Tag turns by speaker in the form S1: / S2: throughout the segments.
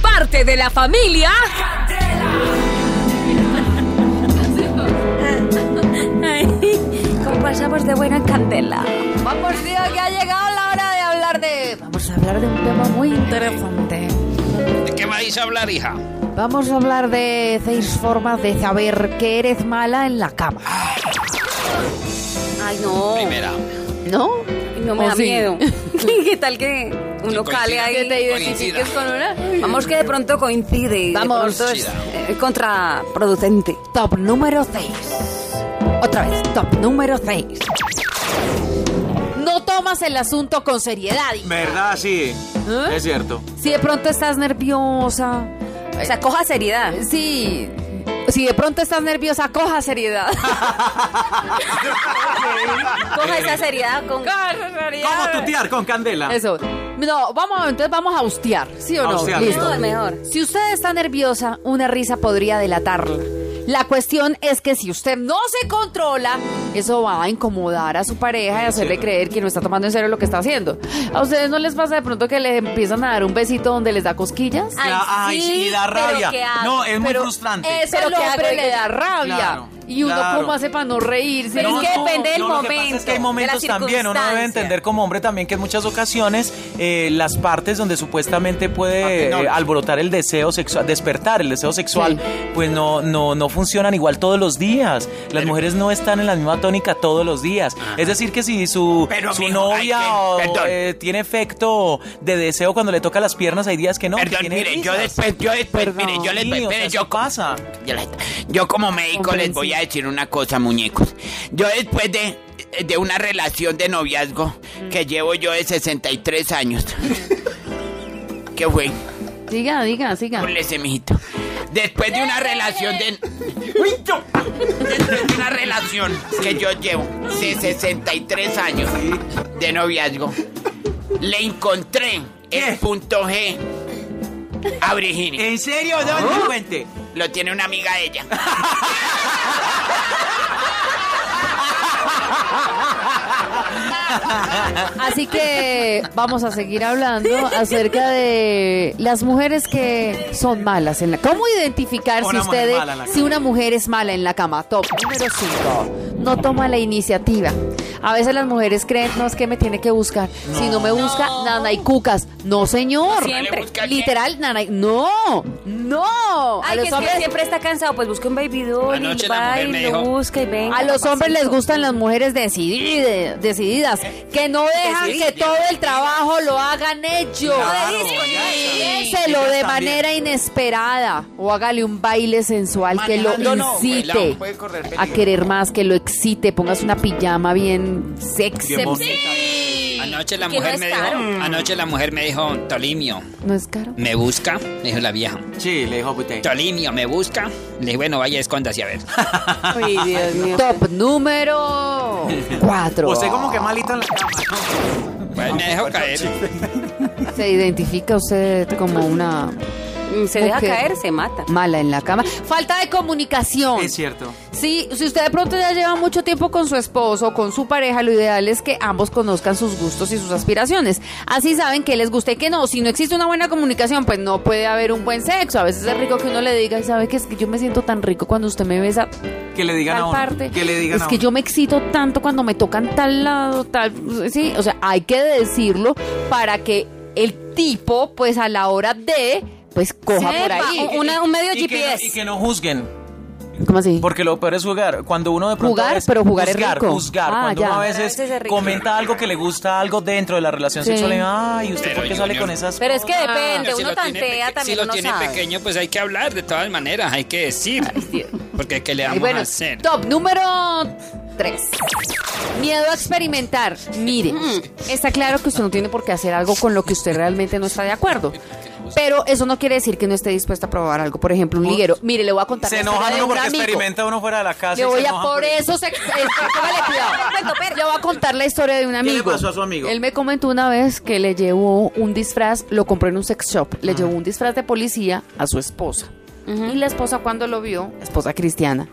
S1: parte de la familia.
S2: ¿Cómo pasamos de buena candela?
S3: Vamos, tío, que ha llegado la hora de hablar de...
S2: Vamos a hablar de un tema muy interesante.
S4: ¿De qué vais a hablar, hija?
S2: Vamos a hablar de seis formas de saber que eres mala en la cama.
S3: Ay, no.
S5: Oh,
S4: Primera.
S3: ¿No? No me
S2: Oh,
S3: da
S2: sí.
S3: miedo. ¿Qué tal que uno
S4: Que
S3: cale
S4: coincida,
S3: ahí?
S4: que te
S3: identifiques
S4: coincida.
S3: con una? Vamos, que de pronto coincide.
S2: Vamos.
S3: De pronto es eh, contraproducente.
S2: Top número 6. Otra vez, top número 6. No tomas el asunto con seriedad. hija.
S5: ¿Verdad? Sí.
S2: ¿Eh?
S5: Es cierto.
S2: Si de pronto estás nerviosa,
S3: O sea, coja seriedad.
S2: sí. Si de pronto estás nerviosa, coja seriedad.
S3: Coja esa seriedad con...
S5: ¿Cómo tutear con candela?
S2: Eso. No, vamos, entonces vamos Ah. a hostiar, ¿sí o no?
S5: Austear.
S2: Listo.
S3: Mejor, mejor.
S2: Si usted está nerviosa, una risa podría delatarla. La cuestión es que si usted no se controla, eso va a incomodar a su pareja y hacerle creer que no está tomando en serio lo que está haciendo. ¿A ustedes no les pasa de pronto que les empiezan a dar un besito donde les da cosquillas?
S3: Ay,
S5: Ay,
S3: sí,
S5: sí, da
S3: pero
S5: rabia.
S3: ¿qué hago?
S5: No, es muy
S2: Pero
S5: frustrante.
S2: Eso al
S3: Pero ¿qué hago
S2: hombre
S3: yo?
S2: le da rabia.
S5: Claro,
S2: y uno
S5: claro.
S2: cómo hace para no reírse.
S3: Pero
S2: No,
S3: es que
S2: no.
S3: depende del
S5: no, Lo que pasa es
S3: momento,
S5: que hay
S3: de la
S5: momentos también. Uno debe
S3: circunstancia.
S5: entender como hombre también que en muchas ocasiones eh, las partes donde supuestamente
S4: Ah,
S5: puede eh, alborotar el deseo sexual, despertar el deseo sexual, pues no, no, no funcionan igual todos los días. Las mujeres no están en la misma tónica todos los días. Es decir, que si su,
S4: Pero,
S5: su
S4: mijo, ay,
S5: novia
S4: que-
S5: o,
S4: perdón.
S5: eh, tiene efecto de deseo cuando le toca las piernas, hay días que no. que
S4: Perdón,
S5: tiene
S4: mire, yo
S5: risas.
S4: después, yo después, mire, yo les,
S5: Sí, o sea,
S4: mire,
S5: eso
S4: yo, co-
S5: pasa.
S4: yo, les- yo como médico les voy a decir una cosa, muñecos. Yo después de, de una relación de noviazgo que llevo yo de 63 años, que fue,
S2: Diga, diga, siga.
S4: ponle semijito. Después de una relación de... Uy, yo. Después de una relación que yo llevo de 63 años de noviazgo, le encontré el punto G a Virginia.
S5: ¿En serio? ¿Dónde cuente?
S4: Lo tiene una amiga de ella.
S2: Así que vamos a seguir hablando acerca de las mujeres que son malas en la cama. ¿Cómo identificar si
S5: Una mujer
S2: ustedes,
S5: mala en la
S2: si
S5: cama.
S2: una mujer es mala en la cama? Top número 5. No toma la iniciativa. A veces las mujeres creen, no, es que me tiene que buscar. Si no me busca, nana y cucas. No, señor.
S4: Siempre. ¿Le busca qué?
S2: Literal, nana y... No, no.
S3: Ay,
S2: a
S3: que
S2: los
S3: es que
S2: hombres,
S3: siempre está cansado, pues busca un baby doll
S4: Anoche
S3: y
S4: la
S3: va
S4: mujer
S3: y
S4: me
S3: lo
S4: dijo-
S3: busca y venga.
S2: a los hombres les
S3: papacito.
S2: gustan las mujeres decidide- decididas, que no dejan que todo el trabajo lo hagan ellos.
S5: Claro,
S2: Piénselo de manera inesperada o hágale un baile sensual que lo
S4: Manejando no,
S2: incite
S4: vuela, puede correr
S2: a
S4: peligro.
S2: querer más, que lo excite. Pongas una pijama bien sexy.
S5: Bien bonita.
S4: Anoche la
S3: Que no
S4: mujer
S3: es
S4: me
S3: caro.
S4: dijo, anoche la mujer me dijo, Tolimio,
S2: ¿No es caro?
S4: me busca, me dijo la vieja.
S5: Sí, le dijo pues, Butey.
S4: Tolimio, me busca. Le dije, bueno, vaya, escóndase a ver.
S3: Ay, Dios mío.
S2: Top número 4.
S5: Usted Pues como que malito en la cama.
S4: Pues me dejó caer.
S2: ¿Se identifica usted como una
S3: Mm, Se deja
S2: Mujer.
S3: caer, se mata.
S2: mala en la cama? Falta de comunicación.
S5: Es cierto.
S2: Sí, si usted de pronto ya lleva mucho tiempo con su esposo o con su pareja, lo ideal es que ambos conozcan sus gustos y sus aspiraciones. Así saben qué les gusta y qué no. Si no existe una buena comunicación, pues no puede haber un buen sexo. A veces es rico que uno le diga, y sabe que es que yo me siento tan rico cuando usted me besa
S5: Que le digan a
S2: tal
S5: uno.
S2: parte.
S5: Que le digan
S2: es
S5: a
S2: que
S5: uno.
S2: yo me excito tanto cuando me tocan tal lado, tal. Sí, o sea, hay que decirlo para que el tipo, pues a la hora de, pues coja por
S3: Sepa,
S2: ahí.
S3: un- una- un medio
S5: Y que no-
S3: GPS.
S5: y que no juzguen.
S2: ¿Cómo así?
S5: Porque lo peor es jugar. Cuando uno de pronto.
S2: Jugar,
S5: es-
S2: pero jugar es
S5: juzgar,
S2: rico.
S5: Juzgar.
S2: Ah,
S5: cuando
S2: ya.
S5: uno a
S3: Pero a
S5: veces
S3: veces es rico.
S5: comenta algo que le gusta, algo dentro de la relación
S2: Sí.
S5: sexual. y, Ay, ¿usted
S4: Pero,
S5: por qué sale
S4: Junior,
S5: con esas
S3: Pero es que
S2: Ah.
S3: depende,
S4: Pero si
S3: uno
S4: lo tiene
S3: tantea
S4: peque-
S3: también
S4: Si lo
S3: uno
S4: tiene
S3: sabe.
S4: pequeño, pues hay que hablar de todas maneras, hay que decir. Porque ¿qué le
S2: Ay,
S4: vamos
S2: bueno,
S4: a hacer?
S2: top número 3. Miedo a experimentar. Mire,
S5: Mm.
S2: está claro que usted no tiene por qué hacer algo con lo que usted realmente no está de acuerdo. Pero eso no quiere decir que no esté dispuesta a probar algo. Por ejemplo, un liguero. Mire, le voy a contar
S5: Se
S2: la historia
S5: enoja
S2: de
S5: uno
S2: un
S5: porque
S2: amigo.
S5: experimenta uno fuera de la casa. y
S2: Le
S5: se
S2: voy a
S5: enoja
S2: por eso. se- eh, póngale cuidado. Le voy a contar la historia de un amigo.
S5: le pasó a su amigo?
S2: Él me comentó una vez que le llevó un disfraz, lo compró en un sex shop, le llevó un disfraz de policía a su esposa. Y la esposa cuando lo vio, esposa cristiana.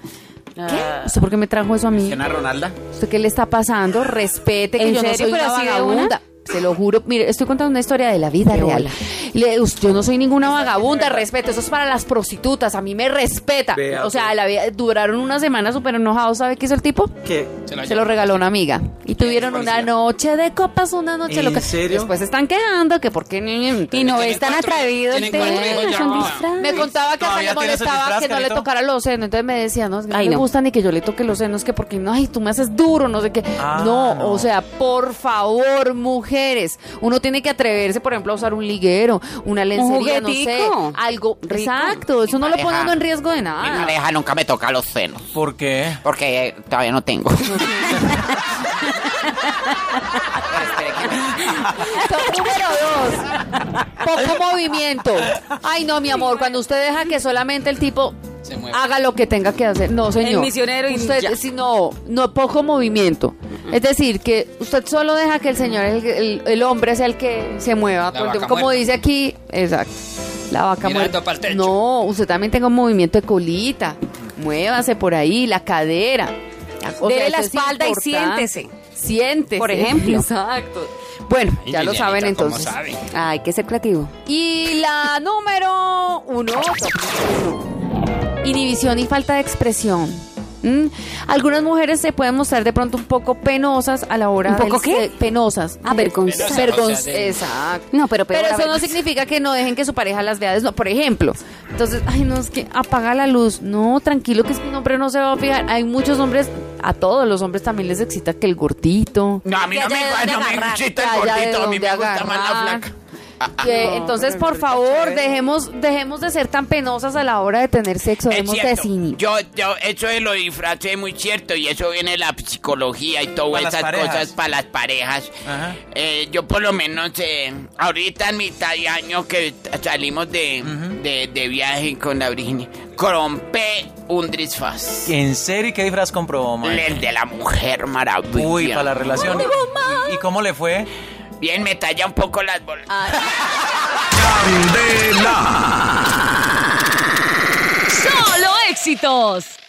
S5: Ah.
S2: ¿Qué? ¿Usted por qué me trajo eso a mí?
S5: Ronalda?
S2: ¿Usted qué le está pasando? Respete que
S3: ¿En
S2: yo no
S3: serio?
S2: soy
S3: ¿Pero
S2: una
S3: así de una?
S2: vagabunda. Se lo juro, mire, estoy contando una historia de la vida real. Le- us- yo no soy ninguna vagabunda, respeto, eso es para las prostitutas, a mí me respeta.
S5: Vea,
S2: o sea, la vida- duraron una semana súper enojados, ¿sabe qué hizo el tipo?
S5: ¿Qué?
S2: Se lo regaló una amiga. Y tuvieron una noche de copas, una noche
S5: ¿En
S2: loca.
S5: serio?
S2: Después se están quejando que por qué ni-
S3: Y no es tan
S4: cuatro-
S3: atrevido el
S4: tienen cuatro hijos
S3: tema,
S4: ya,
S3: son
S4: mamá.
S3: distraídos.
S2: Me contaba que hasta
S5: ¿Todavía
S2: le
S5: tienes el
S2: molestaba
S5: disfraz,
S2: que no le
S5: Carito?
S2: tocara los senos. Entonces me decía, no, es que no
S3: Ay,
S2: me
S3: no.
S2: gusta ni que yo le toque los senos, que porque no, ay, tú me haces duro, no sé qué.
S5: Ah,
S2: no,
S5: no.
S2: o sea, por favor, mujeres. Uno tiene que atreverse, por ejemplo, a usar un liguero, una lencería, no sé,
S3: juguetico.
S2: algo.
S3: Rico.
S2: Exacto, eso
S4: Mi
S2: no lo
S4: pareja-
S2: poniendo en riesgo de
S4: Mi
S2: nada.
S4: pareja nunca me toca los senos.
S5: ¿Por qué?
S4: Porque eh, todavía no tengo.
S2: Top número dos. Poco movimiento. Ay, no, mi amor, cuando usted deja que solamente el tipo
S4: Se mueva.
S2: haga lo que tenga que hacer. No, señor.
S3: misionero y
S2: usted,
S3: ya.
S2: si no, no, poco movimiento. Es decir, que usted solo deja que el señor, el, el- el hombre sea el que se mueva.
S4: La
S2: todo el
S4: vaca
S2: tiempo. Como
S4: muerta.
S2: dice aquí, exacto. La vaca
S4: Mirando
S2: muerta.
S4: pa'l techo.
S2: No, usted también tenga un movimiento de colita. Muévase por ahí, la cadera. O sea,
S3: Dele la
S2: eso es
S3: espalda y
S2: importante.
S3: siéntese.
S2: Siéntese.
S3: Por ejemplo.
S2: Exacto. Bueno,
S4: Ay,
S2: ya lo
S4: Lilianita,
S2: saben
S4: ¿cómo
S2: entonces.
S4: sabe?
S3: Ay, hay que ser creativo.
S2: Y la número uno, top uno. inhibición y falta de expresión. ¿Mm? Algunas mujeres se pueden mostrar de pronto un poco penosas a la hora
S3: ¿Un poco
S2: del
S3: qué?
S2: se- penosas.
S3: Ah, vergonzosa.
S2: Vergon-
S4: O sea, de-
S2: Exacto.
S3: No, pero peor la
S2: Pero eso no
S3: vergüenza.
S2: significa que no dejen que su pareja las vea desnudas, por ejemplo. Entonces, ay, no, es que apaga la luz. No, tranquilo, que es que un hombre no se va a fijar. Hay muchos hombres, a todos los hombres también les excita que el gordito.
S4: No, a mí
S3: Ya
S4: no me,
S3: de
S4: ay, no
S3: dónde
S4: me
S3: agarrar,
S4: gusta
S2: ya
S4: el
S2: de
S4: gordito, a
S2: dónde
S4: mí me gusta más la
S2: agarrar.
S4: flaca. Ah, ah.
S2: Que, entonces, por favor, dejemos, dejemos de ser tan penosas a la hora de tener sexo.
S4: Es
S2: Dejemos de
S4: cierto.
S2: cine.
S4: Yo, yo, eso de lo disfrace es muy cierto y eso viene de la psicología y todas
S5: Para las
S4: esas
S5: parejas.
S4: cosas para las parejas.
S5: Ajá.
S4: Eh, yo por lo menos eh, ahorita en mitad de año que t- salimos de, de, de viaje con la Virginia, compré un disfraz.
S5: ¿En serio? ¿Y ¿Qué disfraz comprobó, Mike?
S4: El de la mujer maravilla.
S5: Uy, para la relación. ¿Y cómo le fue?
S4: Bien, me talla un poco las bolas.
S1: Solo éxitos.